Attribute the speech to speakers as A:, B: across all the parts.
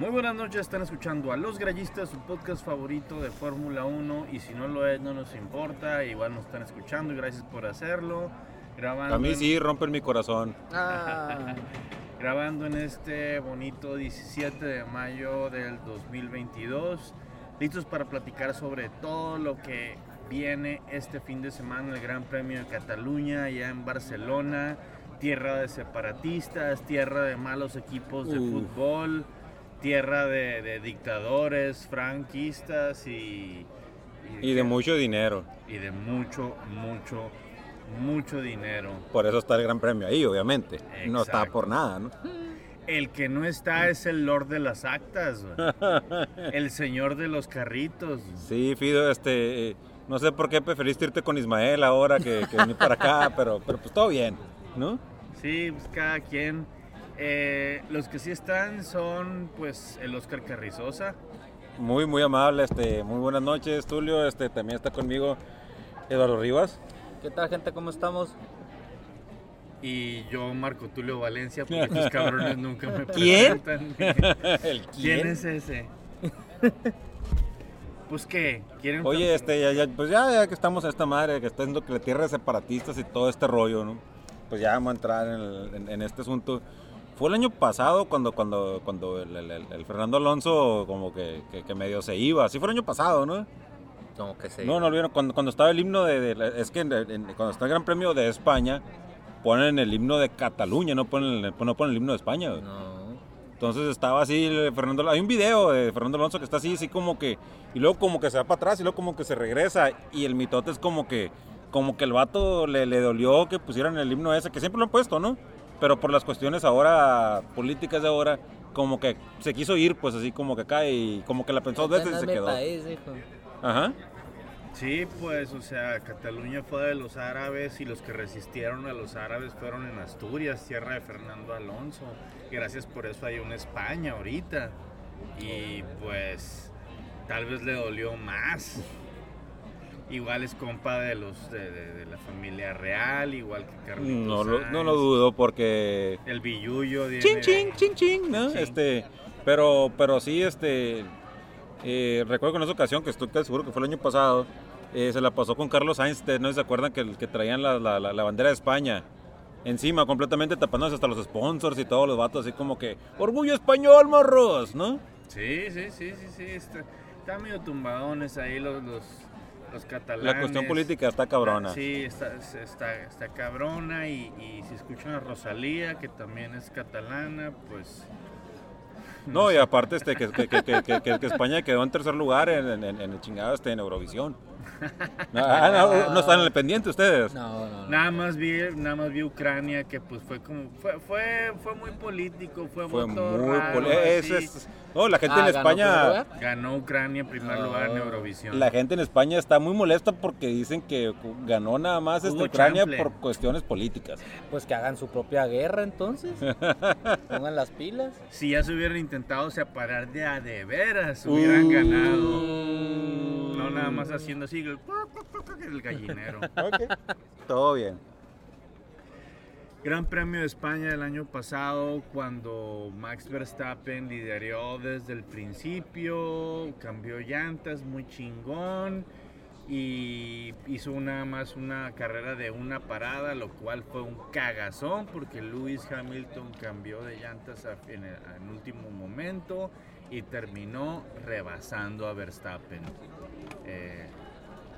A: Muy buenas noches, están escuchando a Los Grallistas, su podcast favorito de Fórmula 1 y si no lo es, no nos importa, igual nos están escuchando y gracias por hacerlo. Grabando
B: A mí
A: en-
B: sí, rompen mi corazón.
C: Ah,
A: Grabando en este bonito 17 de mayo del 2022, listos para platicar sobre todo lo que viene este fin de semana, el Gran Premio de Cataluña, allá en Barcelona, tierra de separatistas, tierra de malos equipos de
B: Uf.
A: fútbol, tierra de, de dictadores, franquistas y...
B: Y de mucho dinero.
A: y de mucho, mucho, mucho dinero.
B: Por eso está el Gran Premio ahí, obviamente. No está
A: Exacto.
B: por nada, ¿no?
A: El que no está es el Lord de las actas, güey. el señor de los carritos.
B: Sí, Fido, este... eh, No sé por qué preferiste irte con Ismael ahora que, que venir para acá, pero, pero pues todo bien, ¿no?
A: Sí, pues cada quien. Eh, los que sí están son, pues, el Oscar Carrizosa.
B: Muy, muy amable, este... Muy buenas noches, Tulio. Este, también está conmigo Eduardo Rivas.
C: ¿Qué tal, gente? ¿Cómo estamos?
A: Y yo, Marco Tulio Valencia, porque estos cabrones nunca me
B: ¿Quién?
A: presentan.
B: ¿El
A: ¿Quién es ese? Pues, ¿qué? ¿Quieren
B: Oye, este, ya, ya, pues ya, ya que estamos en esta madre, que está diciendo que la tierra de separatistas y todo este rollo, ¿no? Pues ya vamos a entrar en, el- en- en este asunto. Fue el año pasado cuando, cuando, cuando el, el- el- el Fernando Alonso como que, que- que medio se iba. Sí fue el año pasado, ¿no?
C: Como que se.
B: No, no olvidaron. Cuando, cuando estaba el himno de... de- es que en- en- cuando está el Gran Premio de España, ponen el himno de Cataluña, no ponen, el- no ponen el himno de España. güey.
C: No.
B: Entonces estaba así, el Fernando, hay un video de Fernando Alonso que está así, así como que, y luego como que se va para atrás y luego como que se regresa y el mitote es como que, como que el vato le, le dolió que pusieran el himno ese, que siempre lo han puesto, ¿no? Pero por las cuestiones ahora, políticas de ahora, como que se quiso ir, pues así como que acá y como que la pensó dos veces y
C: Apenas
B: se
C: me
B: quedó.
C: país, hijo.
B: Ajá.
A: Sí, pues, o sea, Cataluña fue de los árabes y los que resistieron a los árabes fueron en Asturias, tierra de Fernando Alonso. Gracias por eso hay una España ahorita. Y pues, tal vez le dolió más. Igual es compa de los de, de- de la familia real, igual que Carlitos.
B: No lo, no
A: Sainz.
B: lo dudo porque
A: El Billuyo. viene
B: ching,
A: de-
B: ching, ching, ching, ¿no?
A: Ching.
B: Este, pero, pero sí, este, eh, recuerdo que en esa ocasión, que estoy casi seguro que fue el año pasado, eh, se la pasó con Carlos Sainz, te- ¿no se acuerdan que, que traían la, la- la- la bandera de España? Encima, completamente tapándose hasta los sponsors y todos los vatos, así como que, orgullo español, morros, ¿no?
A: Sí, sí, sí, sí, sí. Está, está medio tumbadones ahí los, los, los catalanes.
B: La cuestión política está cabrona.
A: Sí, está, está, está cabrona y, y si escuchan a Rosalía, que también es catalana, pues
B: No, y aparte este, que, que, que- que- que- que- que España quedó en tercer lugar en, en- en- en el chingado este, en Eurovisión. No, ah, no, no están en el pendiente ustedes.
C: No, no, no.
A: nada más vi, nada más vi Ucrania, que pues fue como, fue, fue, fue muy político, fue,
B: Fue muy
A: voto raro,
B: poli-
A: así.
B: ese es- no, la gente
C: Ah,
B: en
C: ¿ganó primer
B: España
C: lugar?
A: Ganó Ucrania en primer
C: No.
A: lugar en Eurovisión.
B: la gente en España está muy molesta porque dicen que ganó nada más este
A: Hubo
B: Ucrania
A: chanfle.
B: por cuestiones políticas.
C: Pues que hagan su propia guerra entonces. Pongan las pilas.
A: Si ya se hubieran intentado separar de a de veras, hubieran
B: Uh.
A: ganado. No nada más haciendo así el, el gallinero.
B: Todo bien.
A: Gran Premio de España del año pasado, cuando Max Verstappen lideró desde el principio, cambió llantas, muy chingón, y hizo nada más una carrera de una parada, lo cual fue un cagazón, porque Lewis Hamilton cambió de llantas a- en el, en último momento y terminó rebasando a Verstappen. Eh,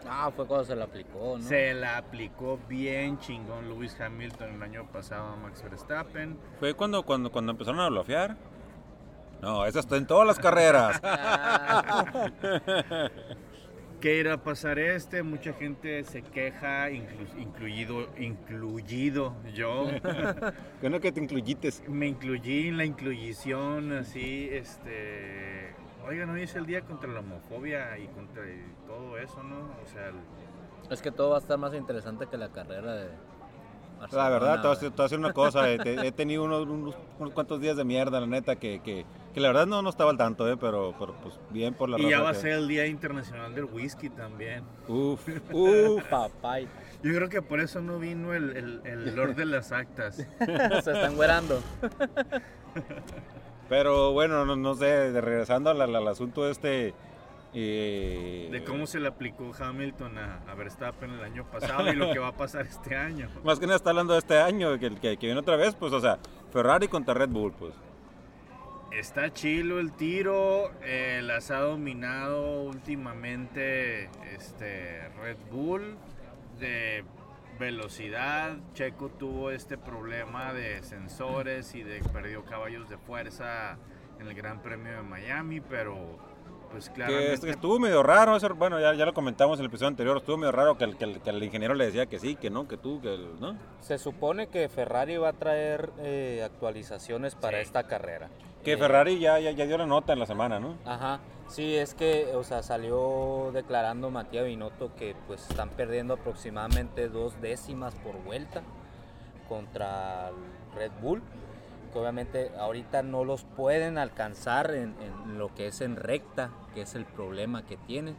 C: Ah, fue cuando se la aplicó, ¿no?
A: se la aplicó bien chingón Lewis Hamilton el año pasado a Max Verstappen.
B: Fue cuando, cuando, cuando empezaron a bloquear. No, eso está en todas las carreras.
C: Ah,
A: ¿Qué irá a pasar este? Mucha gente se queja, inclu- incluido, incluido yo.
B: que no que te incluyites.
A: Me incluí en la incluyición, así, este... Oigan, hoy es el día contra la homofobia y contra el- todo eso, ¿no? O sea, el-
C: es que todo va a estar más interesante que la carrera de.
B: La verdad, te voy a
C: todo
B: decir- te voy a decir una cosa. eh, te- he tenido unos, unos- unos cuantos días de mierda, la neta, que, que, que la verdad no, no estaba al tanto, eh, pero, pero pues bien por la
A: y ya
B: raza
A: va a
B: que-
A: ser el Día Internacional del Whisky también.
B: Uf, uf.
C: Papay.
A: Yo creo que por eso no vino el, el, el Lord de las Actas.
C: se están güerando.
B: Pero bueno, no, no sé, de- regresando al, al- al asunto este... eh,
A: De cómo se le aplicó Hamilton a, a Verstappen el año pasado y lo que va a pasar este año.
B: Más que nada está hablando de este año, que, que, que viene otra vez, pues, o sea, Ferrari contra Red Bull, pues.
A: Está chilo el tiro, eh, las ha dominado últimamente este Red Bull de velocidad. Checo tuvo este problema de sensores y de perdió caballos de fuerza en el Gran Premio de Miami, pero pues
B: Que,
A: claramente
B: que estuvo medio raro, eso, bueno, ya, ya lo comentamos en el episodio anterior, estuvo medio raro que el, que, el, que el ingeniero le decía que sí, que no, que tú, que el, no.
C: Se supone que Ferrari va a traer eh, actualizaciones para
A: Sí.
C: esta carrera.
B: Que
C: Eh,
B: Ferrari ya, ya, ya dio la nota en la semana, ¿no?
C: Ajá. Sí, es que, o sea, salió declarando Matías Binotto que pues están perdiendo aproximadamente dos décimas por vuelta contra el Red Bull. Que obviamente ahorita no los pueden alcanzar en, en lo que es en recta, que es el problema que tienen.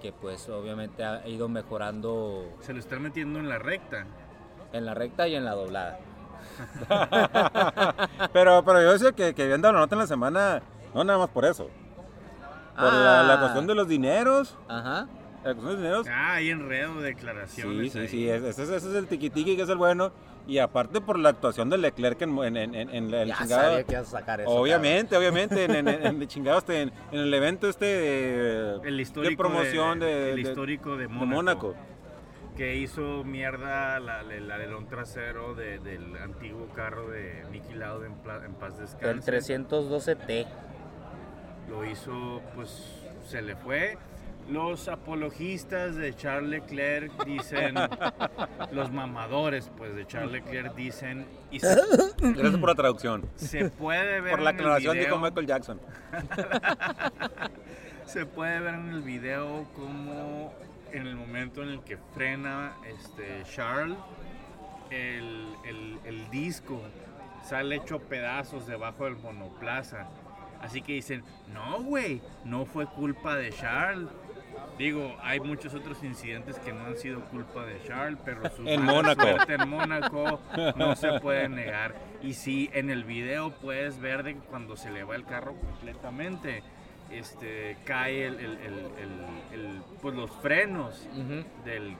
C: Que pues obviamente ha ido mejorando
A: se lo está metiendo en la recta.
C: en la recta y en la doblada.
B: Pero, pero yo decía que, que habían dado la nota en la semana, no nada más por eso. Por la, la
C: Ah.
B: cuestión de los dineros,
C: Ajá.
B: la cuestión de los dineros.
A: Ah, hay enredo de
B: Sí,
A: declaraciones.
B: sí,
A: ahí.
B: sí, ese, ese es- ese es el tiquitiqui que es el bueno. Y aparte por la actuación de Leclerc en, en, en, en- en la el
C: ya
B: chingado-
C: sabía que ibas a sacar eso.
B: Obviamente, obviamente, en, en, en- en- chingado, este, en, en el evento este de,
A: El
B: de
A: histórico
B: promoción de,
A: el
B: de-
A: histórico de
B: de
A: Mónaco.
B: Mónaco.
A: que hizo mierda la- la- el alerón trasero de- del antiguo carro de Nicky Lauda en, pla- en paz
C: cabrón. El
A: descanse.
C: 312T.
A: Lo hizo, pues se le fue. Los apologistas de Charles Leclerc dicen, los mamadores pues de Charles Leclerc dicen, y se,
B: Gracias por la traducción.
A: se puede ver
B: Por la
A: en el
B: aclaración dijo
A: video-
B: Michael Jackson.
A: Se puede ver en el video como en el momento en el que frena este Charles, el, el- el disco sale hecho pedazos debajo del monoplaza. Así que dicen, no, güey, no fue culpa de Charles. Digo, hay muchos otros incidentes que no han sido culpa de Charles, pero su
B: En
A: mala
B: Mónaco.
A: suerte en Mónaco no se puede negar. Y sí, en el video puedes ver de cuando se le va el carro completamente, este, cae el, el- el- el- el- pues los frenos
C: Ujú.
A: del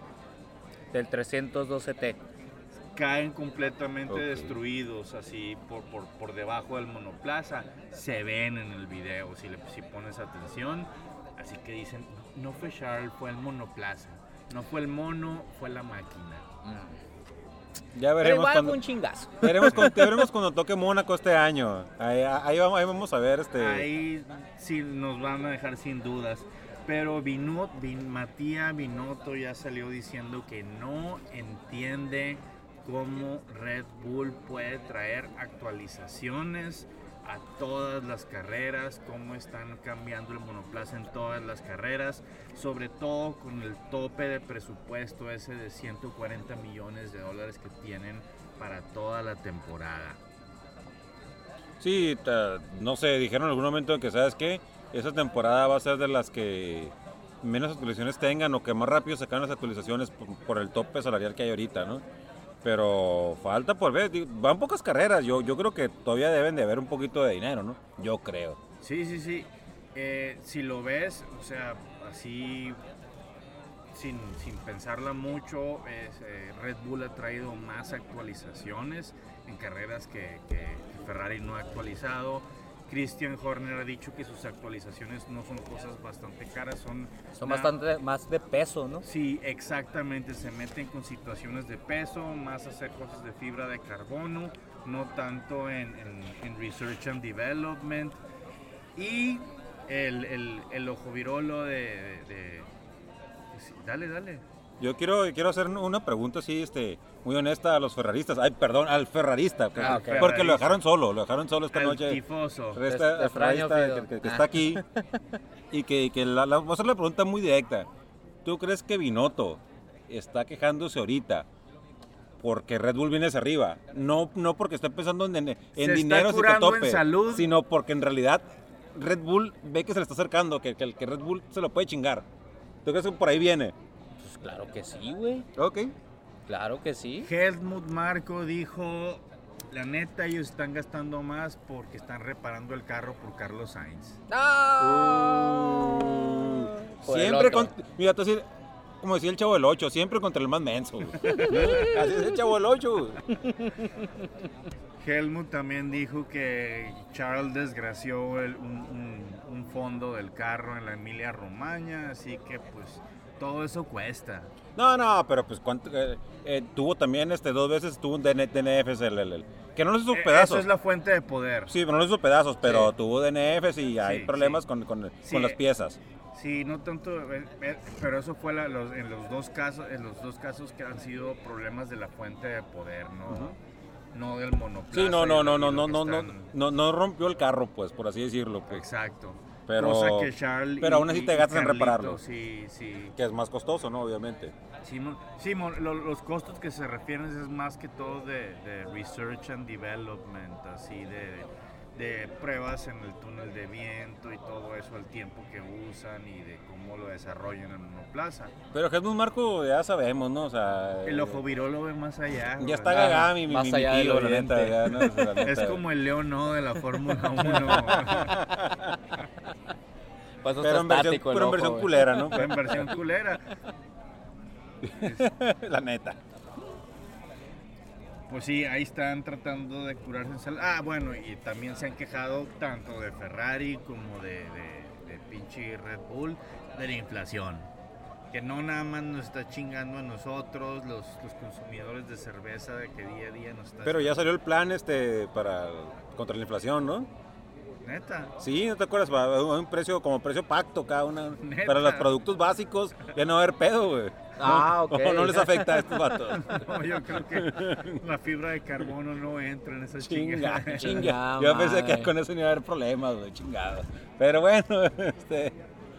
C: Del 312T.
A: caen completamente
B: Ok.
A: destruidos así por, por, por debajo del monoplaza. Se ven en el video si, le, si pones atención. Así que dicen, no fue Charles, fue el monoplaza. No fue el mono, fue la máquina.
B: Ya
C: Pero
B: veremos
C: igual
B: cuando,
C: fue un chingazo.
B: veremos, cuando, ya veremos cuando toque Mónaco este año. Ahí, ahí vamos, ahí vamos a ver este.
A: Ahí sí nos van a dejar sin dudas. Pero Vinot, Vin, Matías Binotto ya salió diciendo que no entiende cómo Red Bull puede traer actualizaciones a todas las carreras, cómo están cambiando el monoplaza en todas las carreras, sobre todo con el tope de presupuesto ese de 140 millones de dólares que tienen para toda la temporada.
B: Sí, ta- no sé, dijeron en algún momento que, ¿sabes qué? Esa temporada va a ser de las que menos actualizaciones tengan o que más rápido sacan las actualizaciones por, por el tope salarial que hay ahorita, ¿no? Pero falta por ver, digo, van pocas carreras, yo, yo creo que todavía deben de haber un poquito de dinero, ¿no? Yo creo.
A: Sí, sí, sí. Eh, si lo ves, o sea, así, sin, sin pensarla mucho, es, eh, Red Bull ha traído más actualizaciones en carreras que, que Ferrari no ha actualizado. Christian Horner ha dicho que sus actualizaciones no son cosas bastante caras, son...
C: Son
A: na-
C: bastante más de peso, ¿no?
A: Sí, exactamente. Se meten con situaciones de peso, más hacer cosas de fibra de carbono, no tanto en, en- en research and development. Y el, el, el ojo virolo de, de- de- pues sí, Dale, dale.
B: Yo quiero, quiero hacer una pregunta así, este, muy honesta a los ferraristas, ay, perdón, al ferrarista,
C: Ah,
B: porque,
A: ok.
B: porque lo dejaron solo, lo dejaron solo esta
A: Al
B: noche.
A: tifoso.
B: Resta-
C: Te extraño,
B: Afrodita,
C: Fido.
B: que, que- que
C: Ah.
B: está aquí y que, que la, la- vamos a hacer la pregunta muy directa. ¿Tú crees que Binotto está quejándose ahorita porque Red Bull viene hacia arriba? No, no porque está pensando en, en, en
A: Se está
B: dinero sí que
A: curando en
B: tope,
A: salud.
B: sino porque en realidad Red Bull ve que se le está acercando, que, que, que Red Bull se lo puede chingar. ¿Tú crees que por ahí viene?
C: Pues claro que sí, güey.
B: Ok.
C: Claro que sí.
A: Helmut Marco dijo: la neta ellos están gastando más porque están reparando el carro por Carlos Sainz.
C: Ah.
B: Uh,
C: Por el
B: siempre
C: otro.
B: con. Mira, te voy a decir, como decía el chavo del 8, siempre contra el más menso. güey. Así es el chavo del 8. güey.
A: Helmut también dijo que Charles desgració el- un, un- un fondo del carro en la Emilia Romagna, así que pues todo eso cuesta.
B: No, no, pero pues cuánto. eh, eh, tuvo también este, dos veces tuvo un DN DNFs. El, el- el- que no los hizo
A: Eh,
B: pedazos.
A: Eso es la fuente de poder.
B: Sí, pero no los hizo pedazos, pero
C: Sí.
B: tuvo DNFs y hay
A: Sí,
B: problemas
A: sí.
B: con, con-
A: Sí,
B: con las
A: eh,
B: piezas.
A: Sí, no tanto, eh, eh, pero eso fue la- los- en los dos casos, en los dos casos que han sido problemas de la fuente de poder, no, no del monoplaza.
B: Sí, no,
A: y
B: no,
A: lo-
B: no,
A: y
B: no, no,
A: lo que
B: no, no,
A: están-
B: no, no rompió el carro, pues, por así decirlo, pues,
A: Exacto.
B: Pero-
A: Cosa que Charles
B: pero aún así te gastas en
A: Carlito,
B: repararlo.
A: Sí, sí.
B: que es más costoso, ¿no? Obviamente.
A: Simón, Simón, lo- los costos que se refieren es más que todo de, de research and development, así de, de pruebas en el túnel de viento y todo eso, el tiempo que usan y de cómo lo desarrollan en monoplaza.
B: Pero Jesús Marco ya sabemos, ¿no? O sea,
A: El
B: eh,
A: ojo viró lo ve más allá.
B: ya está
A: ¿verdad?
B: gagá mi, mi,
C: Más
B: mi
C: allá del
B: tío, la
C: oriente.
B: neta, ya, ¿no? O sea, la
A: Es
B: neta.
A: como el león no de la Fórmula
C: Pues
B: pero en versión, pero en versión culera, ¿no?
A: 1, en versión culera.
B: la neta.
A: Pues sí, ahí están tratando de curarse en salud. Ah, bueno, y también se han quejado tanto de Ferrari como de, de- de pinche Red Bull de la inflación. Que no nada más nos está chingando a nosotros, los, los consumidores de cerveza, de que día a día nos está...
B: Pero ya salió el plan este para contra la inflación, ¿no?
A: Neta.
B: Sí, ¿no te acuerdas? Va a un precio como precio pacto cada una.
A: Neta.
B: Para los productos básicos ya no va a haber pedo, güey.
C: Ah,
B: No,
C: ok.
B: No, no les afecta a estos vatos.
A: No, yo creo que la fibra de carbono no entra en esa
B: Chinga,
A: chinga.
B: chinga.
C: Chingada
B: Yo pensé que
C: madre.
B: con eso no iba a haber problemas, güey, chingado. Pero bueno, este,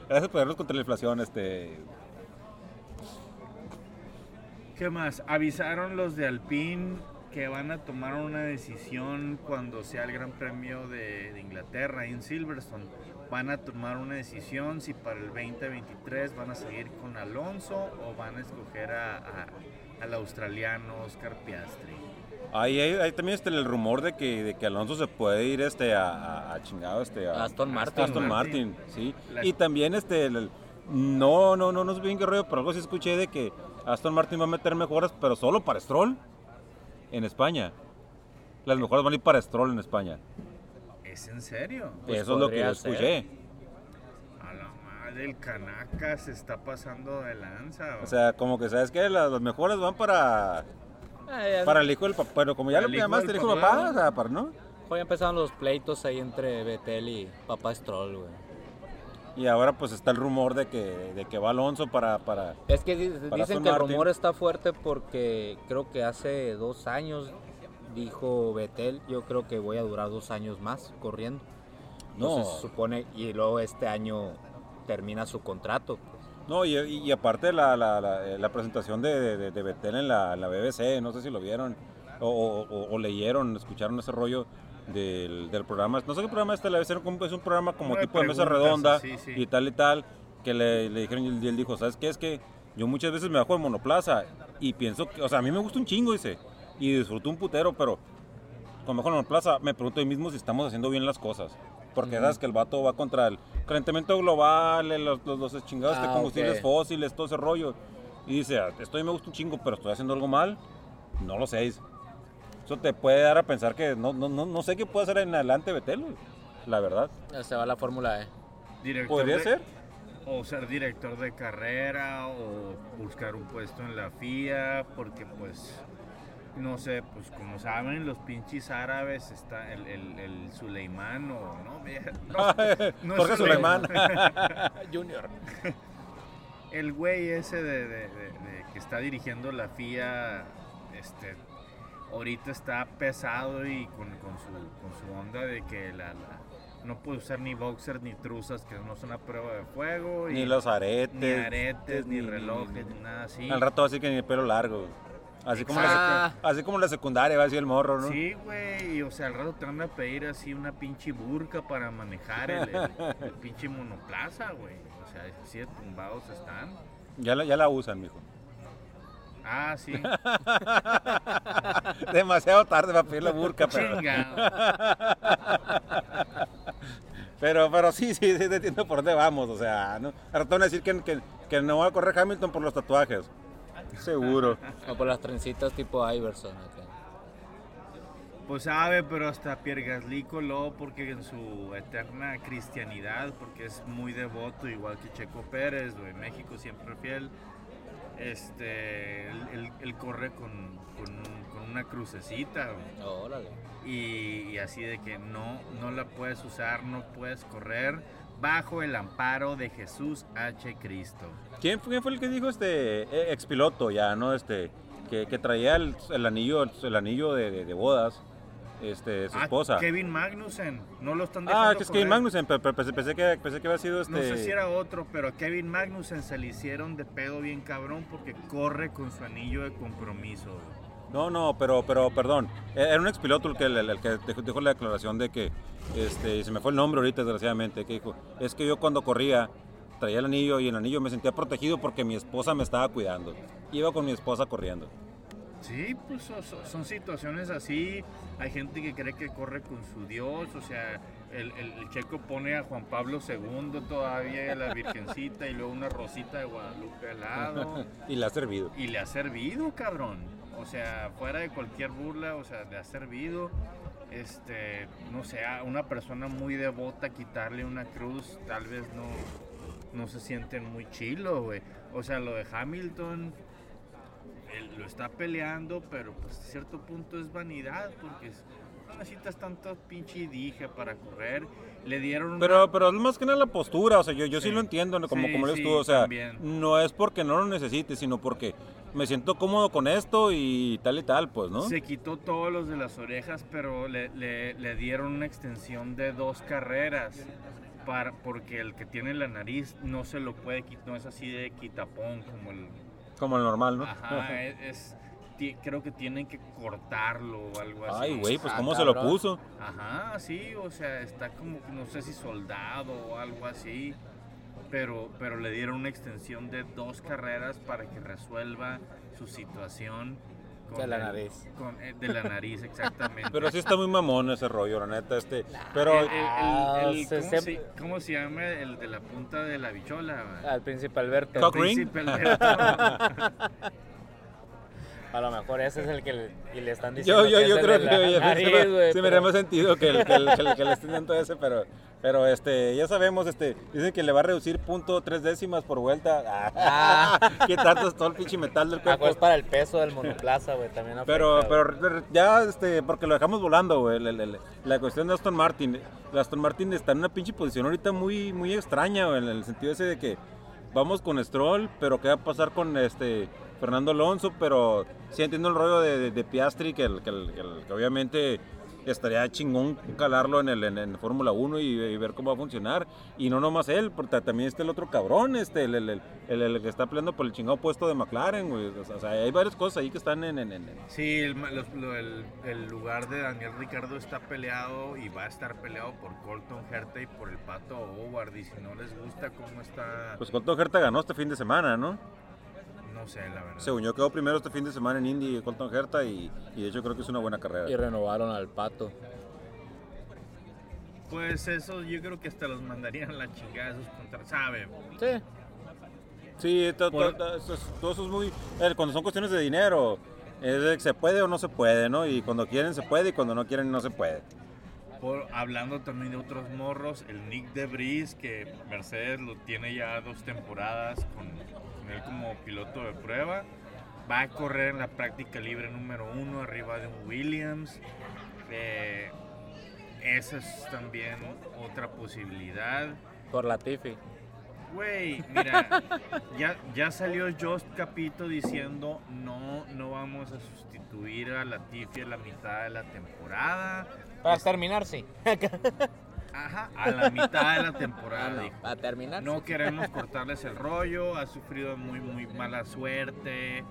B: gracias por vernos contra la inflación, este.
A: ¿Qué más? Avisaron los de Alpine que van a tomar una decisión cuando sea el Gran Premio de, de Inglaterra ahí en Silverstone. Van a tomar una decisión si para el 2023 van a seguir con Alonso o van a escoger a- a- al australiano Oscar Piastri.
B: Ahí hay, hay también este, el rumor de que, de que Alonso se puede ir este, a, a- a chingado este, a
C: Aston Martin.
B: Aston Martin, sí.
A: La-
B: Y también este, el- el- no, no, no, no sé bien qué rollo, pero algo sí escuché de que Aston Martin va a meter mejoras, pero solo para Stroll en España. Las mejoras van a ir para Stroll en España.
A: ¿Es en serio?
C: Pues
B: Eso es lo que yo
C: podría ser.
B: escuché.
A: A la madre, el Canaca se está pasando de lanza.
B: O sea, como que sabes que las, las mejoras van para,
C: Ah,
B: para el hijo del papá. Pero como ya
A: Para
B: lo
A: el hijo
B: llamaste el
A: del
B: hijo del
A: papá.
B: papá, o sea, para, ¿no?
C: Hoy empezaron los pleitos ahí entre Betel y Papá Stroll, güey.
B: Y ahora pues está el rumor de que, de que va Alonso para, para...
C: Es que di- dicen
B: Para Aston
C: que el
B: Martin.
C: rumor está fuerte porque creo que hace dos años dijo Betel, yo creo que voy a durar dos años más corriendo.
B: No.
C: Entonces se supone, y luego este año termina su contrato.
B: No, y, y aparte la, la, la, eh, la presentación de, de, de- de Betel en la, en la BBC, no sé si lo vieron o, o- o- o leyeron, escucharon ese rollo del, del programa. No sé qué programa es la BBC, era como- es un programa como
A: Una de
B: tipo de mesa
A: preguntas,
B: redonda
A: sí, sí.
B: y tal y tal, que le, le dijeron y él- y él dijo, ¿sabes qué? Es que yo muchas veces me bajo de monoplaza y pienso que, o sea, a mí me gusta un chingo, dice, y disfruto un putero, pero con mejor plaza, me pregunto yo mismo si estamos haciendo bien las cosas. Porque sabes que el vato va contra el calentamiento global, el- los, los, los chingados de
C: Ah,
B: combustibles
C: ok.
B: fósiles, todo ese rollo. Y dice, "Ah, estoy me gusta un chingo, pero estoy haciendo algo mal. No lo sé. dice. Eso te puede dar a pensar que no, no, no, no sé qué puede hacer en adelante Betel, güey, la verdad.
C: Se va la Fórmula E.
A: Director
B: Podría
A: de-
B: ser.
A: o ser director de carrera o buscar un puesto en la FIA porque pues no sé pues como saben los pinches árabes está el, el, el Suleimán o no, mira, no, no
B: Jorge
A: Suleimán.
B: Suleimán.
C: Junior.
A: el güey ese de, de- de- de que está dirigiendo la FIA este ahorita está pesado y con, con su, con su onda de que la, la- no puede usar ni boxers ni truzas que no son a prueba de fuego y
B: ni los aretes.
A: ni aretes, ni relojes,
B: ni-
A: ni nada así.
B: Al rato así que ni el pelo largo. güey. Así como, la,
C: Ah.
B: sec- así como la secundaria, va a decir el morro, ¿no?
A: Sí, güey, y, o sea, al rato te van a pedir así una pinche burca para manejar el, el- el pinche monoplaza, güey. O sea, así de tumbados están.
B: Ya la, ya la usan, mijo.
A: Ah, sí.
B: Demasiado tarde para pedir la burca, pero.
A: Chingado.
B: Pero, pero sí, sí, sí, te entiendo por dónde vamos. O sea, ¿no? Al rato van a decir que, que- que no va a correr Hamilton por los tatuajes. Seguro.
C: O por las trencitas tipo Iverson. acá.
A: Pues sabe, pero hasta Pierre Gasly coló porque en su eterna cristianidad, porque es muy devoto, igual que Checo Pérez, güey, México siempre fiel. Este, él, él- él corre con, con un- con una crucecita, güey.
C: Órale.
A: y, y así de que no, no la puedes usar, no puedes correr bajo el amparo de Jesús H. Cristo.
B: ¿Quién, fue- quién fue el que dijo este eh, expiloto ya, no? Este, que, que traía el, el anillo, el, anillo de, de- de bodas, este, de su
A: Ah,
B: esposa.
A: Kevin Magnussen, no lo están dejando
B: Ah, que es Kevin
A: correr.
B: Magnussen, pe- pe- pensé, pensé que, pensé que había sido este.
A: No sé si era otro, pero a Kevin Magnussen se le hicieron de pedo bien cabrón porque corre con su anillo de compromiso. güey.
B: No, no, pero, pero, perdón. Eh, Era un expiloto el que, el, el que dejó, dejó la declaración de que, este, y se me fue el nombre ahorita desgraciadamente, que dijo, es que yo cuando corría traía el anillo y el anillo me sentía protegido porque mi esposa me estaba cuidando. Iba con mi esposa corriendo.
A: Sí, pues so- so- son situaciones así. Hay gente que cree que corre con su Dios, o sea, el, el- el checo pone a Juan Pablo II todavía, a la Virgencita y luego una rosita de Guadalupe al lado.
B: y la ha servido.
A: Y le ha servido, cabrón. O sea, fuera de cualquier burla, o sea, le ha servido. Este, no sé, a una persona muy devota quitarle una cruz, tal vez no, no se sienten muy chilo, güey. O sea, lo de Hamilton, él lo está peleando, pero pues a cierto punto es vanidad, porque es- no necesitas tanto pinche dije para correr. Le dieron una-
B: Pero, pero es más que nada la postura, o sea, yo, yo sí,
A: Sí.
B: lo entiendo, ¿no? como,
A: Sí,
B: como lo
A: sí,
B: estuvo, o sea,
A: también.
B: no es porque no lo necesite, sino porque me siento cómodo con esto y tal y tal, pues, ¿no?
A: Se quitó todos los de las orejas, pero le, le- le dieron una extensión de dos carreras. Para, porque el que tiene la nariz no se lo puede quitar, no es así de quitapón como el.
B: Como el normal, ¿no?
A: Ajá, es. es- ti- creo que tienen que cortarlo o algo así.
B: Ay, güey, pues
C: Ah,
B: cómo se lo
C: cabrón.
B: puso.
A: Ajá, sí, o sea, está como que no sé si soldado o algo así. Pero, pero le dieron una extensión de dos carreras para que resuelva su situación.
C: De la
A: el-
C: nariz.
A: con- eh, de la nariz, exactamente.
B: Pero sí está muy mamón ese rollo, la neta, este. Pero
A: El- el- el- el-
C: Ah, se-
A: ¿cómo,
C: se-
A: se, cómo se llama el de la punta de la bichola? va?
C: Al principal Alberto.
B: Cock ring.
A: Príncipe Alberto.
C: A lo mejor ese es el que le, y le están eh, diciendo.
B: yo, yo,
C: que
B: yo
C: es el
B: creo
C: de
B: que
C: la
B: oye,
C: nariz,
B: sí me-
C: güey,
B: sí me haría
C: pero-
B: más sentido que, el, que, el- que el- que le estén dando ese, pero, pero este, ya sabemos, este, dicen que le va a reducir punto tres décimas por vuelta. Ah, que tanto es todo el pinche metal del
C: Ah,
B: cuerpo.
C: pues, es para el peso del monoplaza, güey, también afecta,
B: Pero,
C: güey.
B: pero re- ya, este, porque lo dejamos volando, güey. el- el- el- La cuestión de Aston Martin. El Aston Martin está en una pinche posición ahorita muy, muy extraña, güey, en el sentido ese de que vamos con Stroll, pero qué va a pasar con este Fernando Alonso, pero sí entiendo el rollo de, de- de Piastri, que, el- que el- que el- que obviamente estaría chingón calarlo en el en, en Fórmula 1 y, y ver cómo va a funcionar. Y no nomás él, porque también está el otro cabrón, este, el, el- el- el- el que está peleando por el chingado puesto de McLaren, güey. O sea, o sea, hay varias cosas ahí que están en- en- en, en
A: Sí, el, ma- los- lo- el- el lugar de Daniel Ricardo está peleado y va a estar peleado por Colton Herta y por el Pato Howard. Y si no les gusta cómo está,
B: Pues Colton Herta ganó este fin de semana, ¿no?
A: no sé, la verdad.
B: Según yo quedó primero este fin de semana en Indy Colton Herta y, y de hecho creo que es una buena
C: Y
B: carrera.
C: renovaron al pato.
A: Pues eso, yo creo que hasta los mandarían a la chingada esos contratos. ¿Sabe?
C: Sí.
B: Sí, to- to-
A: Por-
B: to- eso es- todo eso es muy... eh, Cuando son cuestiones de dinero, es de que se puede o no se puede, ¿no? Y cuando quieren se puede y cuando no quieren no se puede.
A: Por, hablando también de otros morros, el Nick de Vries, que Mercedes lo tiene ya dos temporadas con, con él como piloto de prueba, va a correr en la práctica libre número uno arriba de un Williams. Eh, esa es también otra posibilidad.
C: Por la Tifi.
A: Güey, mira, ya, ya salió Jost Capito diciendo no, no vamos a sustituir a Latifi a la mitad de la temporada.
C: Para terminar, sí.
A: Ajá, a la mitad de la
B: Ah,
A: temporada. dijo.
C: para terminar.
A: No queremos cortarles el rollo, ha sufrido muy, muy mala suerte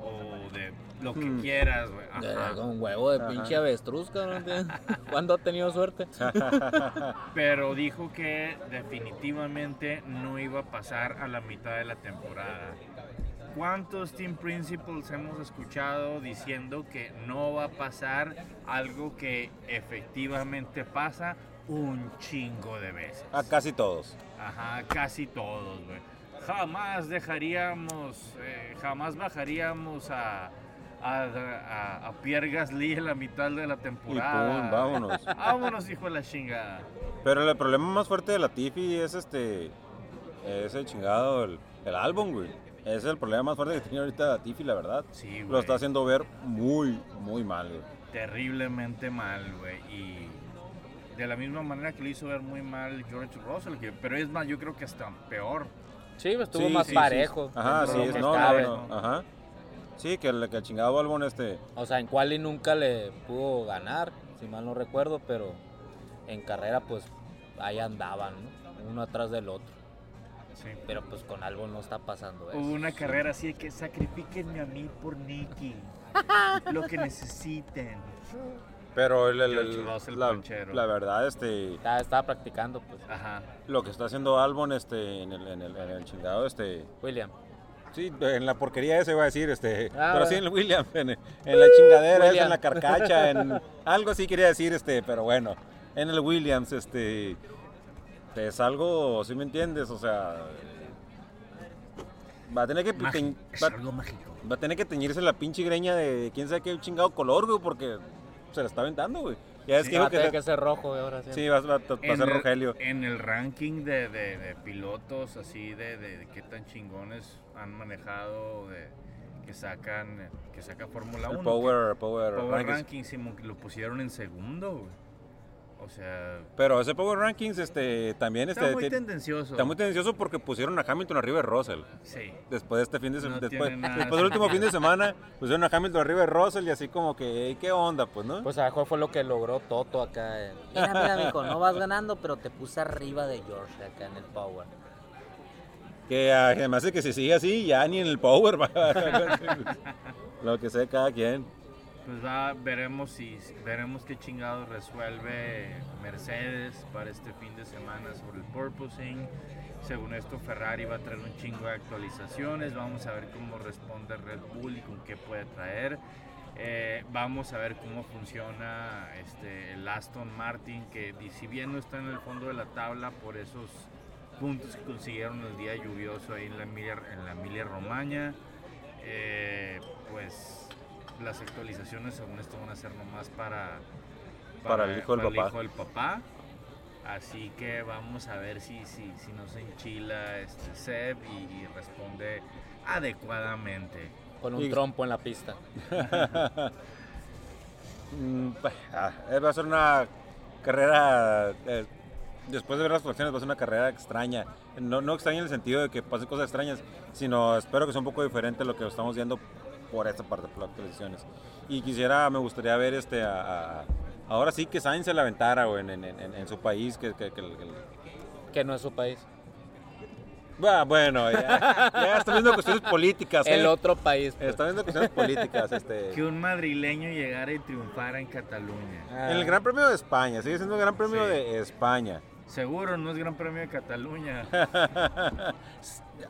A: o de lo que
B: Hmm.
A: quieras, güey. Ajá.
C: Con huevo de
B: Ajá.
C: pinche avestruz, cabrón. tío. ¿Cuándo ha tenido suerte?
A: Pero dijo que definitivamente no iba a pasar a la mitad de la temporada. ¿Cuántos team principals hemos escuchado diciendo que no va a pasar algo que efectivamente pasa un chingo de veces?
B: A casi todos.
A: Ajá, casi todos, güey. Jamás dejaríamos, eh, jamás bajaríamos a, a, a, a Pierre Gasly en la mitad de la
B: Y
A: temporada.
B: pum, vámonos.
A: Vámonos, hijo de la chingada.
B: Pero el problema más fuerte de la Tiffy es este. Ese chingado, el, el álbum, güey. Ese es el problema más fuerte que tiene ahorita la Tiffy, la verdad.
A: Sí, güey.
B: Lo está haciendo ver muy, muy mal, güey.
A: terriblemente mal, güey. Y de la misma manera que lo hizo ver muy mal George Russell, que, pero es más, yo creo que hasta peor.
C: Sí, pues, estuvo
B: Sí,
C: más
B: sí, sí.
C: parejo.
B: Ajá,
A: dentro de
B: sí,
A: lo
B: es,
A: que
B: no,
A: cabe.
B: no, no, Ajá. Sí, que el, que el chingado álbum este.
C: O sea, en quali nunca le pudo ganar, si mal no recuerdo, pero en carrera pues ahí andaban, ¿no? uno atrás del otro.
A: Sí.
C: Pero pues con algo no está pasando eso.
A: Hubo una carrera así de que sacrifíquenme a mí por Nicky. lo que necesiten.
B: Pero el, el- el-
A: George Russell
B: la,
A: Ponchero.
B: la verdad, este.
C: Estaba, estaba practicando pues.
A: Ajá.
B: Lo que está haciendo álbum este, en, el, en, el, en el chingado, este.
C: William.
B: Sí, en la porquería ese iba a decir, este,
C: Ah,
B: pero
C: bueno.
B: sí en el William, en, en la chingadera, esa,
C: William.
B: en la carcacha, en algo sí quería decir, este, pero bueno, en el Williams, este, es algo, si me entiendes, o sea, va a tener que, teñ-
A: Mágico. Es
B: va,
A: algo mágico.
B: va a tener que teñirse la pinche greña de quién sabe qué chingado color, güey, porque se la está aventando, güey. Ya es
A: Sí,
B: que,
C: Va
B: dijo
C: a
B: que
C: tener
B: se-
C: que ser rojo güey, ahora sí.
B: sí, va, va- va a ser
A: el-
B: Rogelio.
A: en el ranking de, de- de pilotos así de, de- de qué tan chingones han manejado de que sacan que saca Fórmula 1.
B: El power, power,
A: Power
B: rankings.
A: Ranking Simón, que lo pusieron en segundo, güey. O sea,
B: Pero ese Power Rankings, este, también, este,
A: está muy
B: ti-
A: tendencioso.
B: Está muy tendencioso porque pusieron a Hamilton arriba de Russell.
A: sí.
B: Después de este fin de semana.
A: No
B: después,
A: tiene nada
B: después del último
A: sentido.
B: fin de semana, pusieron a Hamilton arriba de Russell y así como que, "Ey, ¿qué onda? Pues, ¿no?
C: Pues a lo mejor fue lo que logró Toto acá. eh. Mira, mira, mijo, no vas ganando, pero te puse arriba de George acá en el Power.
B: que ah, además de que si sigue así, ya ni en el Power va. Lo que sea cada quien.
A: Pues va, veremos si veremos qué chingado resuelve Mercedes para este fin de semana sobre el purposing. Según esto, Ferrari va a traer un chingo de actualizaciones. Vamos a ver cómo responde Red Bull y con qué puede traer. Eh, vamos a ver cómo funciona este, el Aston Martin, que di- si bien no está en el fondo de la tabla por esos puntos que consiguieron el día lluvioso ahí en la Emilia, en la Emilia Romagna, eh, pues las actualizaciones según esto van a ser nomás para,
B: Para el hijo del
A: para
B: papá.
A: hijo del papá. Así que vamos a ver si, si, si nos enchila este Seb y- y responde adecuadamente.
C: Con un
B: Y-
C: trompo en la pista.
B: Mm, bah, ah, eh, va a ser una carrera. eh, después de ver las facciones, va a ser una carrera extraña. No, no extraña en el sentido de que pasen cosas extrañas, sino espero que sea un poco diferente a lo que estamos viendo por esta parte, por las actualizaciones. Y quisiera, me gustaría ver este. a- a- ahora sí que Sainz se la aventara güey, en, en- en- en su país. Que, que- que el- que el-
C: Que no es su país.
B: Bah, Ah, bueno, ya, ya está viendo cuestiones políticas.
C: El
B: ¿eh?
C: otro país. pues.
B: Está viendo cuestiones políticas. Este.
A: Que un madrileño llegara y triunfara en Cataluña.
C: Ah,
B: En el Gran Premio de España, sigue siendo el Gran Premio
A: Sí.
B: de España.
A: Seguro no es Gran Premio de Cataluña.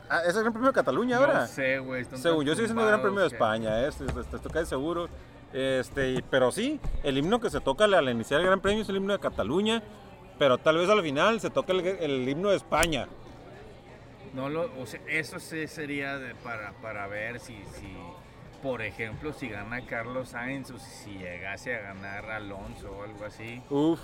B: Ah, ¿Es el Gran Premio de Cataluña ahora?
A: No sé, güey. están
B: Según yo,
A: tan
B: estoy siendo el Gran Premio de
A: tumbados
B: España, ¿eh? estoy, estoy- estoy casi seguro. Este, y- pero sí, el himno que se toca al al iniciar el Gran Premio es el himno de Cataluña, pero tal vez al final se toca el, el himno de España.
A: que No lo, o sea, eso sí sería de- para, para ver si, si, por ejemplo, si gana Carlos Sainz o si, si llegase a ganar Alonso o algo así.
B: Uf,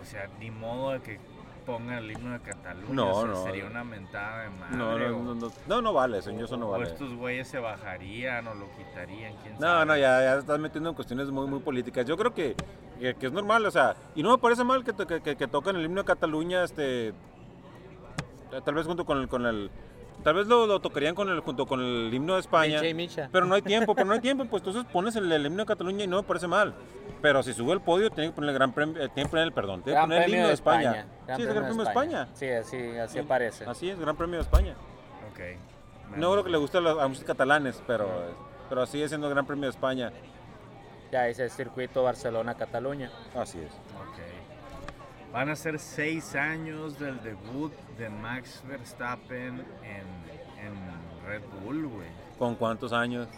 A: O sea, ni modo de que ponga el himno de Cataluña.
B: No,
A: o sea,
B: no.
A: Sería una mentada de madre.
B: no, no,
A: o-
B: no, no, no, no vale, señor, eso no
A: o
B: vale.
A: estos güeyes se bajarían o lo quitarían, quién
B: No,
A: sabe.
B: no, ya, ya estás metiendo en cuestiones muy, muy políticas. Yo creo que, que- que es normal, o sea, y no me parece mal que, to- que, que- que toquen el himno de Cataluña, este, tal vez junto con el, con el tal vez lo, lo tocarían con el, junto con el himno de España.
C: Ah, Micha y Micha.
B: Pero no hay tiempo, pero no hay tiempo, pues entonces pones el, el himno de Cataluña y no me parece mal. Pero si sube el podio, tiene que poner el gran premio, eh, tiene que poner el, perdón, tiene que
C: Gran
B: poner el
C: Premio
B: himno
C: de
B: de España.
C: España.
B: Sí, es el gran premio de España.
C: Sí, así, así aparece.
B: Así es, gran premio de España.
A: Ok.
B: No creo que le guste a, los, a muchos catalanes, pero, pero sigue siendo el gran premio de España.
C: Ya dice el circuito Barcelona-Cataluña.
B: Así es.
A: Ok. Van a ser seis años del debut de Max Verstappen en en Red Bull, güey.
B: ¿Con cuántos años?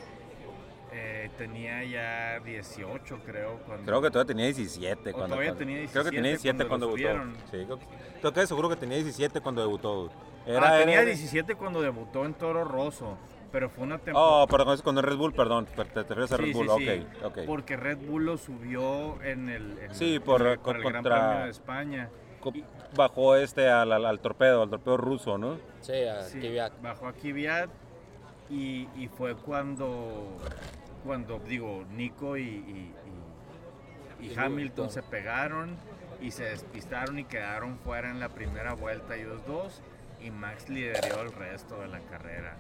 A: Eh, tenía ya 18, creo. Cuando...
B: Creo que todavía tenía 17
A: O
B: cuando.
A: todavía
B: cuando-
A: tenía 17
B: Creo que tenía 17 cuando,
A: cuando
B: debutó.
A: lo
B: Sí, creo, creo que seguro que tenía 17 cuando debutó. dude.
A: Ah, tenía
B: era-
A: 17 cuando debutó en Toro Rosso, pero fue una temporada.
B: Oh, perdón, es con el Red Bull, perdón. Te, te refieres a Red
A: Sí, sí,
B: Bull,
A: sí,
B: ok, ok.
A: Porque Red Bull lo subió en el, en-
B: Sí, por-
A: en el-
B: con-
A: para el Gran
B: contra-
A: Premio de España.
B: Co- Bajó este al, al- al torpedo, al torpedo ruso, ¿no?
C: Sí, a
A: Sí,
C: Kvyat.
A: Bajó a Kvyat y, y fue cuando, cuando digo, Nico y, y- y- y
C: Y
A: Hamilton
C: Hamilton.
A: se pegaron y se despistaron y quedaron fuera en la primera vuelta ellos dos y Max lideró el resto de la carrera.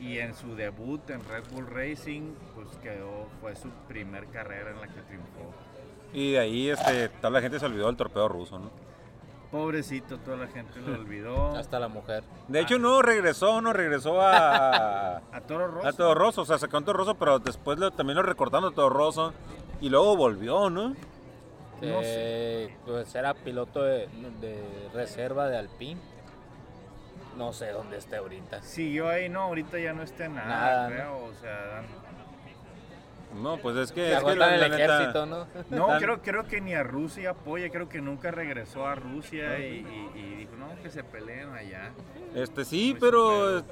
A: Y en su debut en Red Bull Racing, pues quedó, fue su primer carrera en la que triunfó.
B: Y de ahí este, toda la gente se olvidó del torpedo ruso, ¿no?
A: Pobrecito, toda la gente lo olvidó.
C: Hasta la mujer.
B: De hecho, no regresó, no regresó a,
A: A Toro Rosso.
B: a Toro Rosso. O sea, sacó a Toro Rosso, pero después lo- también lo recortaron a Toro Rosso. Y luego volvió, ¿no?
A: No
C: que, Pues era piloto de, de reserva de Alpine. No sé dónde está ahorita.
A: Siguió ahí, no, ahorita ya no está en nada,
C: Nada,
A: creo, o sea,
B: No, pues es que.
C: Se
B: es que
C: aguanta en
B: la
C: el
B: neta-
C: ejército, ¿no?
A: no,
B: Tan-
A: creo, creo que ni a Rusia apoya, creo que nunca regresó a
B: Ah.
A: Rusia y, y- y dijo, no, que se peleen allá.
B: Este sí,
A: Pues,
B: pero eh,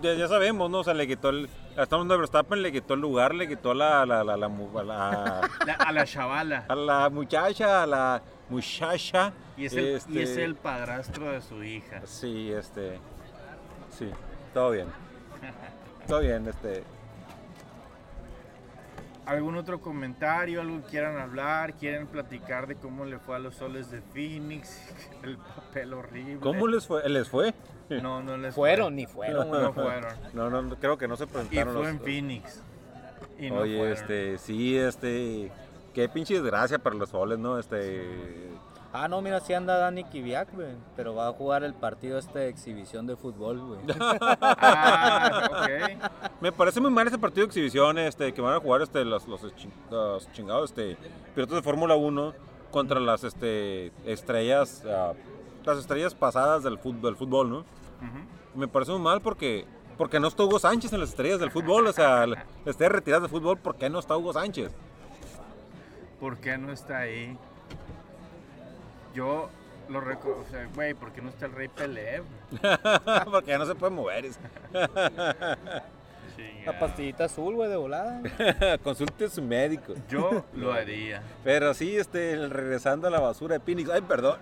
B: ya, ya sabemos, ¿no? O sea, le quitó el. Hasta donde Verstappen le quitó el lugar, le quitó la, la, la, la, mu- a la-
A: La- a la chavala.
B: a la muchacha, a la muchacha.
A: Y es, el, y
B: este,
A: es el padrastro de su hija.
B: Sí, este. Sí, todo bien. Todo bien, este.
A: ¿Algún otro comentario, algo que quieran hablar? ¿Quieren platicar de cómo le fue a los soles de Phoenix? El papel horrible.
B: ¿Cómo les fue? ¿Les fue?
A: No, no les fue.
C: Fueron ni fueron.
A: No fueron.
B: No, no, no, creo que no se
A: Y
B: presentaron
A: fue
B: los-
A: en Phoenix. Y no
B: Oye,
A: fueron.
B: este, sí, este. Qué pinche desgracia para los soles, ¿no? Este.
C: Ah, no, mira, sí anda Dani Kiviak, güey. Pero va a jugar el partido esta de exhibición de fútbol, güey.
A: Ah, ok.
B: Me parece muy mal ese partido de exhibición este, que van a jugar este, los, los, chi- los chingados este, pilotos de Fórmula 1 contra las este, estrellas, ah, las estrellas pasadas del fútbol, del fútbol, ¿no?
A: Ujú.
B: Me parece muy mal porque, porque no está Hugo Sánchez en las estrellas del fútbol, o sea, la- las estrellas retiradas del fútbol, ¿por qué no está Hugo Sánchez?
A: ¿Por qué no está ahí? Yo lo recuerdo, o sea, güey, ¿por qué no está el rey Pelé?
B: porque ya no se puede mover. es-
C: La pastillita azul, güey, de volada.
B: Consulte a su médico.
A: Yo lo haría.
B: Pero sí, este, regresando a la basura de Phoenix. Ay, perdón.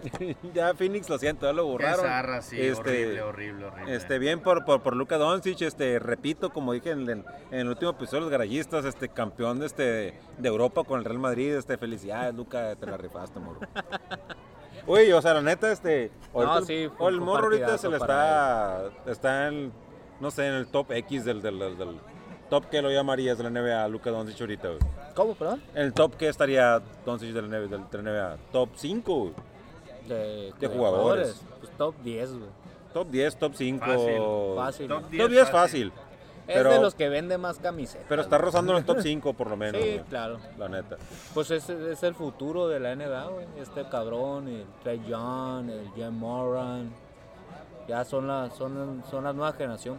B: ya Phoenix, lo siento, ya lo
A: Qué
B: borraron.
A: zarra, sí,
B: Este,
A: horrible, horrible, horrible.
B: Este, bien por, por, por Luka Doncic, este, repito, como dije en, el- en el último episodio, los garallistas, este, campeón de, este, de Europa con el Real Madrid, este, felicidades, Luca, te la rifaste, morro. Uy, o sea, la neta, este, ahorita-
C: sí, fue-
B: o el
C: fue
B: morro ahorita
C: partidazo
B: se le
C: para
B: está, está en, no sé, en el top X del, del, del- del top que lo llamarías de la NBA, Luca Doncic ahorita, güey.
C: ¿Cómo, perdón?
B: En el top que estaría Doncic de la NBA, del- de la NBA, top 5, güey.
C: De,
B: De jugadores.
C: Pues top 10, güey.
B: top 10, top 5.
A: Fácil,
C: fácil.
A: Top
B: Top 10 fácil. Pero-
C: es de los que vende más camisetas.
B: Pero está
C: güey.
B: rozando en el top 5 por lo menos.
C: Sí,
B: güey.
C: claro.
B: La neta.
C: Pues es, es el futuro de la NBA, güey. Este cabrón, el Trey Young, el Jim Moran. Ya son la, son, son la nueva generación.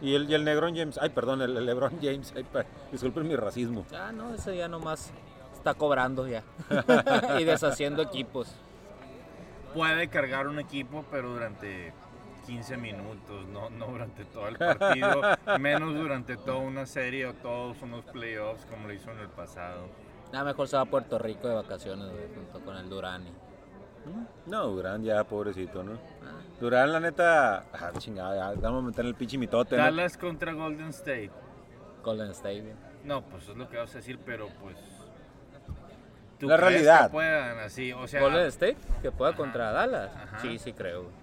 B: Y el, y el Negron James, ay, perdón, el, el LeBron James, ay, pa- disculpen mi racismo.
C: Ah, no, ese ya nomás está cobrando ya. y deshaciendo equipos.
A: Puede cargar un equipo, pero durante 15 minutos, no, no durante todo el partido, menos durante toda una serie o todos unos playoffs como lo hizo en el pasado.
C: Nada, mejor se va a Puerto Rico de vacaciones, güey, junto con el Durani.
B: No, Durán ya, pobrecito, ¿no?
C: Ah.
B: Durán, la neta, ah, chingada, ya, vamos a meter en el pinche mitote. ¿no?
A: Dallas contra Golden State.
C: Golden State, güey.
A: No, pues es lo que vas a decir, pero pues. ¿tú
B: La
A: crees
B: realidad.
A: Que puedan así, o sea,
C: Golden State, que pueda contra Dallas.
A: Ajá.
C: Sí, sí creo. güey.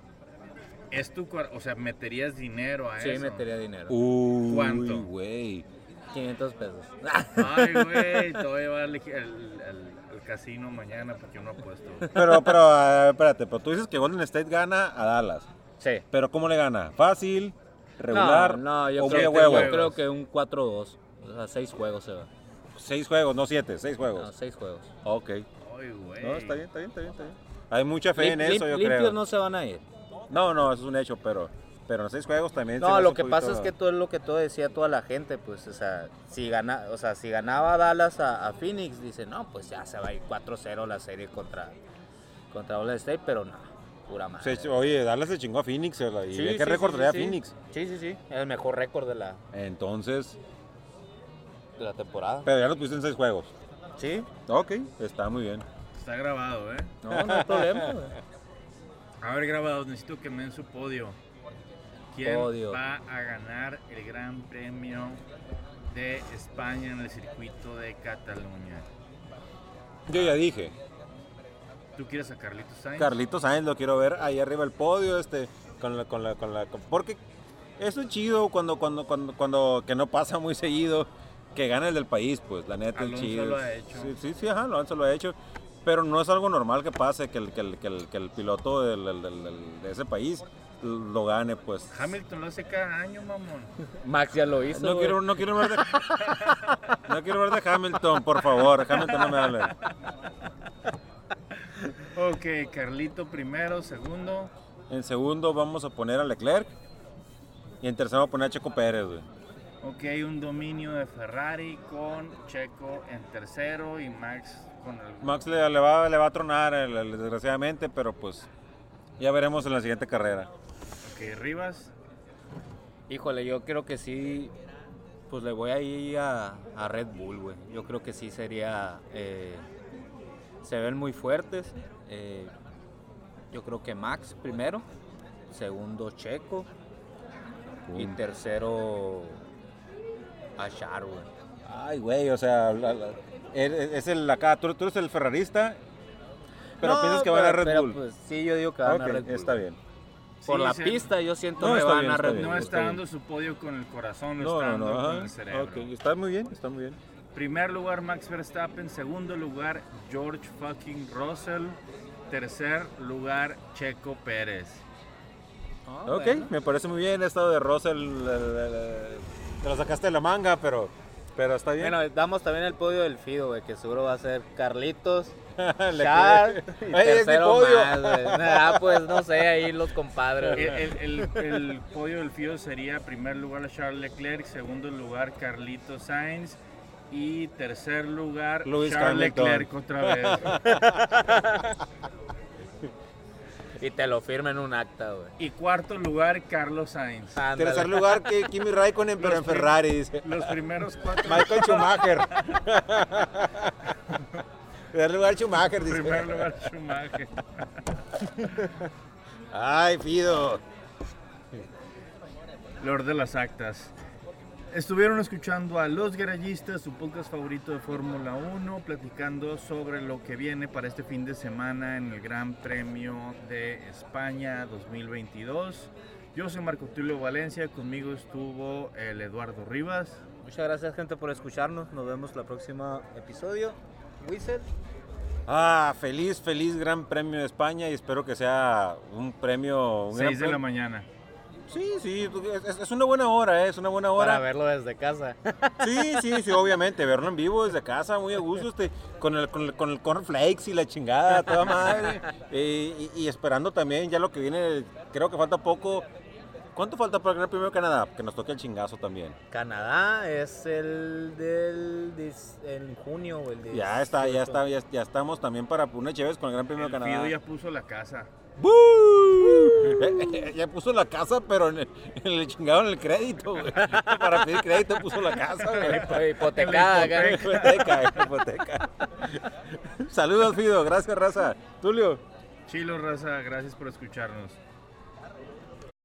A: es tu, cuar- o sea, meterías dinero a
C: Sí,
A: eso.
C: metería dinero.
B: Uh. Uy,
A: ¿Cuánto?
B: güey.
C: 500 pesos.
A: Ay, güey, todavía va al, al- al- al casino mañana porque uno apuesto.
B: Pero, pero, a ver, espérate, pero tú dices que Golden State gana a Dallas.
C: sí.
B: Pero ¿cómo le gana? ¿Fácil? ¿Regular?
C: No, no,
B: ¿O
C: yo,
B: muy a
C: creo,
B: huevo?
C: que, yo creo que un 4-2. O sea, 6 juegos se va.
B: Seis juegos, no siete, seis
C: No,
B: juegos.
C: 6 juegos.
B: Ok.
A: Ay, güey.
B: No, está bien, está bien, está bien, está bien. Hay mucha fe en
C: Lim-
B: eso,
C: lim-
B: yo
C: limpios
B: creo.
C: no se van a ir.
B: No, no, eso es un hecho, pero Pero en seis juegos también. se me
C: No,
B: hace
C: lo
B: un
C: que
B: poquito-
C: pasa es que todo es lo que todo decía toda la gente, pues, o sea, si, gana, o sea, si ganaba Dallas a, a Phoenix, dice, no, pues ya se va a ir 4-0 la serie contra, contra Golden State, pero no, pura madre.
B: Se- oye, Dallas se chingó a Phoenix. o la- ¿Y
C: Sí,
B: de
C: sí,
B: qué
C: sí,
B: récord
C: sí,
B: traía
C: sí.
B: Phoenix?
C: Sí, sí, sí, el mejor récord de la,
B: Entonces,
C: de la temporada.
B: pero ya lo pusiste en seis juegos.
C: Sí,
B: Ok, está muy bien.
A: Está grabado, ¿eh?
C: no, no hay problema. güey.
A: A ver, grabados, necesito que me den su podio. ¿Quién
C: Podio.
A: va a ganar el Gran Premio de España en el circuito de Cataluña?
B: Yo ya dije,
A: ¿Tú quieres a Carlitos Sainz?
B: Carlitos Sainz lo quiero ver ahí arriba el podio, este, con la, con la, con la, con- porque eso es chido cuando, cuando, cuando, cuando, que no pasa muy seguido, que gana el del país, pues, la neta es
A: Alonso
B: chido.
A: lo ha hecho.
B: Sí, sí, sí, ajá, Alonso lo ha hecho, pero no es algo normal que pase que el, que el, que el, que el piloto del- del- del- del- de ese país lo gane, pues.
A: Hamilton lo hace cada año, mamón.
C: Max ya lo hizo.
B: No
C: güey.
B: quiero, no quiero hablar de, no quiero hablar de Hamilton, por favor, Hamilton no me hable.
A: Ok, Carlito primero, segundo.
B: En segundo vamos a poner a Leclerc y en tercero vamos a poner a Checo Pérez, güey.
A: Ok, un dominio de Ferrari con Checo en tercero y Max con el...
B: Max le, le va, le va a tronar, el- el- desgraciadamente, pero pues ya veremos en la siguiente carrera.
A: Ok, Rivas.
C: Híjole, yo creo que sí, pues le voy a ir a, a Red Bull, güey. Yo creo que sí sería, eh, se ven muy fuertes. eh, yo creo que Max primero, segundo Checo y tercero Ashar, güey.
B: Ay, güey, o sea, la- la- es, es el acá, tú, tú eres el ferrarista, pero
C: No,
B: piensas que van a
C: pero-
B: Red
C: pero,
B: Bull.
C: pues, sí, yo digo que
B: Ok,
C: van a Red Bull.
B: está
C: güey.
B: bien.
A: Sí,
C: Por la
A: se-
C: pista yo siento
B: No,
C: que
B: está
C: van
B: bien,
C: a
B: está
C: Red
B: bien.
A: No
C: Bull.
A: está
B: bien.
A: dando su podio con el corazón, lo
B: No,
A: está
B: no,
A: dando
B: no,
A: con
B: ajá.
A: el cerebro.
B: Ok, está muy bien, está muy bien.
A: Primer lugar Max Verstappen, segundo lugar George fucking Russell, tercer lugar Checo Pérez.
C: Ah,
B: ok,
C: bueno.
B: me parece muy bien, estado de Rosa, el- el- el- el- te lo sacaste de la manga, pero, pero está bien.
C: Bueno, damos también el podio del Fido, güey, que seguro va a ser Carlitos,
B: Le
C: Char
B: quedé.
C: y
B: Ay, es mi
C: tercero
B: podio.
C: más, güey. Ah, pues no sé, ahí los compadres.
A: El,
C: güey.
A: el- el- el podio del FIO sería primer lugar Charles Leclerc, segundo lugar Carlito Sainz y tercer lugar
B: Lewis
A: Charles
B: Hamilton.
A: Leclerc otra vez.
C: Y te lo firma en un acta, güey.
A: Y cuarto lugar Carlos Sainz.
C: Ándale.
B: Tercer lugar que Kimi Raikkonen, pero en
A: Los prim-
B: Ferrari, dice.
A: Los primeros cuatro.
B: Michael Schumacher. Primer lugar Schumacher,
A: primer
B: dice.
A: lugar Schumacher.
B: Ay, Fido.
A: Lord de las actas. Estuvieron escuchando a Los Garallistas, su podcast favorito de Fórmula 1, platicando sobre lo que viene para este fin de semana en el Gran Premio de España 2022. Yo soy Marco Tulio Valencia, conmigo estuvo el Eduardo Rivas.
C: Muchas gracias, gente, por escucharnos. Nos vemos la próxima episodio. Whistle.
B: Ah, feliz, feliz gran premio de España y espero que sea un premio. Un gran
A: 6 de la
B: premio.
A: mañana.
B: Sí, sí, pues, es, es una buena hora, eh, es una buena hora.
C: Para verlo desde casa.
B: Sí, sí, sí, obviamente, verlo en vivo desde casa, muy a gusto, este, con el, con el, con el cornflakes y la chingada, toda madre. Eh, y, y esperando también ya lo que viene, creo que falta poco. ¿Cuánto falta para el Gran Premio de Canadá? Que nos toque el chingazo también.
C: Canadá es el del dis- en junio o el
B: Ya está, ya
C: 18.
B: está, ya, ya estamos también para una Chévez con el Gran Premio
A: El
B: de Canadá.
A: Fido ya puso la casa.
B: ¡Bú! Eh, eh, ya puso la casa, pero en el, en el chingado en el crédito, güey. Para pedir crédito puso la casa, güey.
C: Hipo- Hipotecada, acá.
B: Hipoteca, hipoteca. Saludos, Fido. Gracias, raza. Tulio.
A: Chilo Raza, gracias por escucharnos.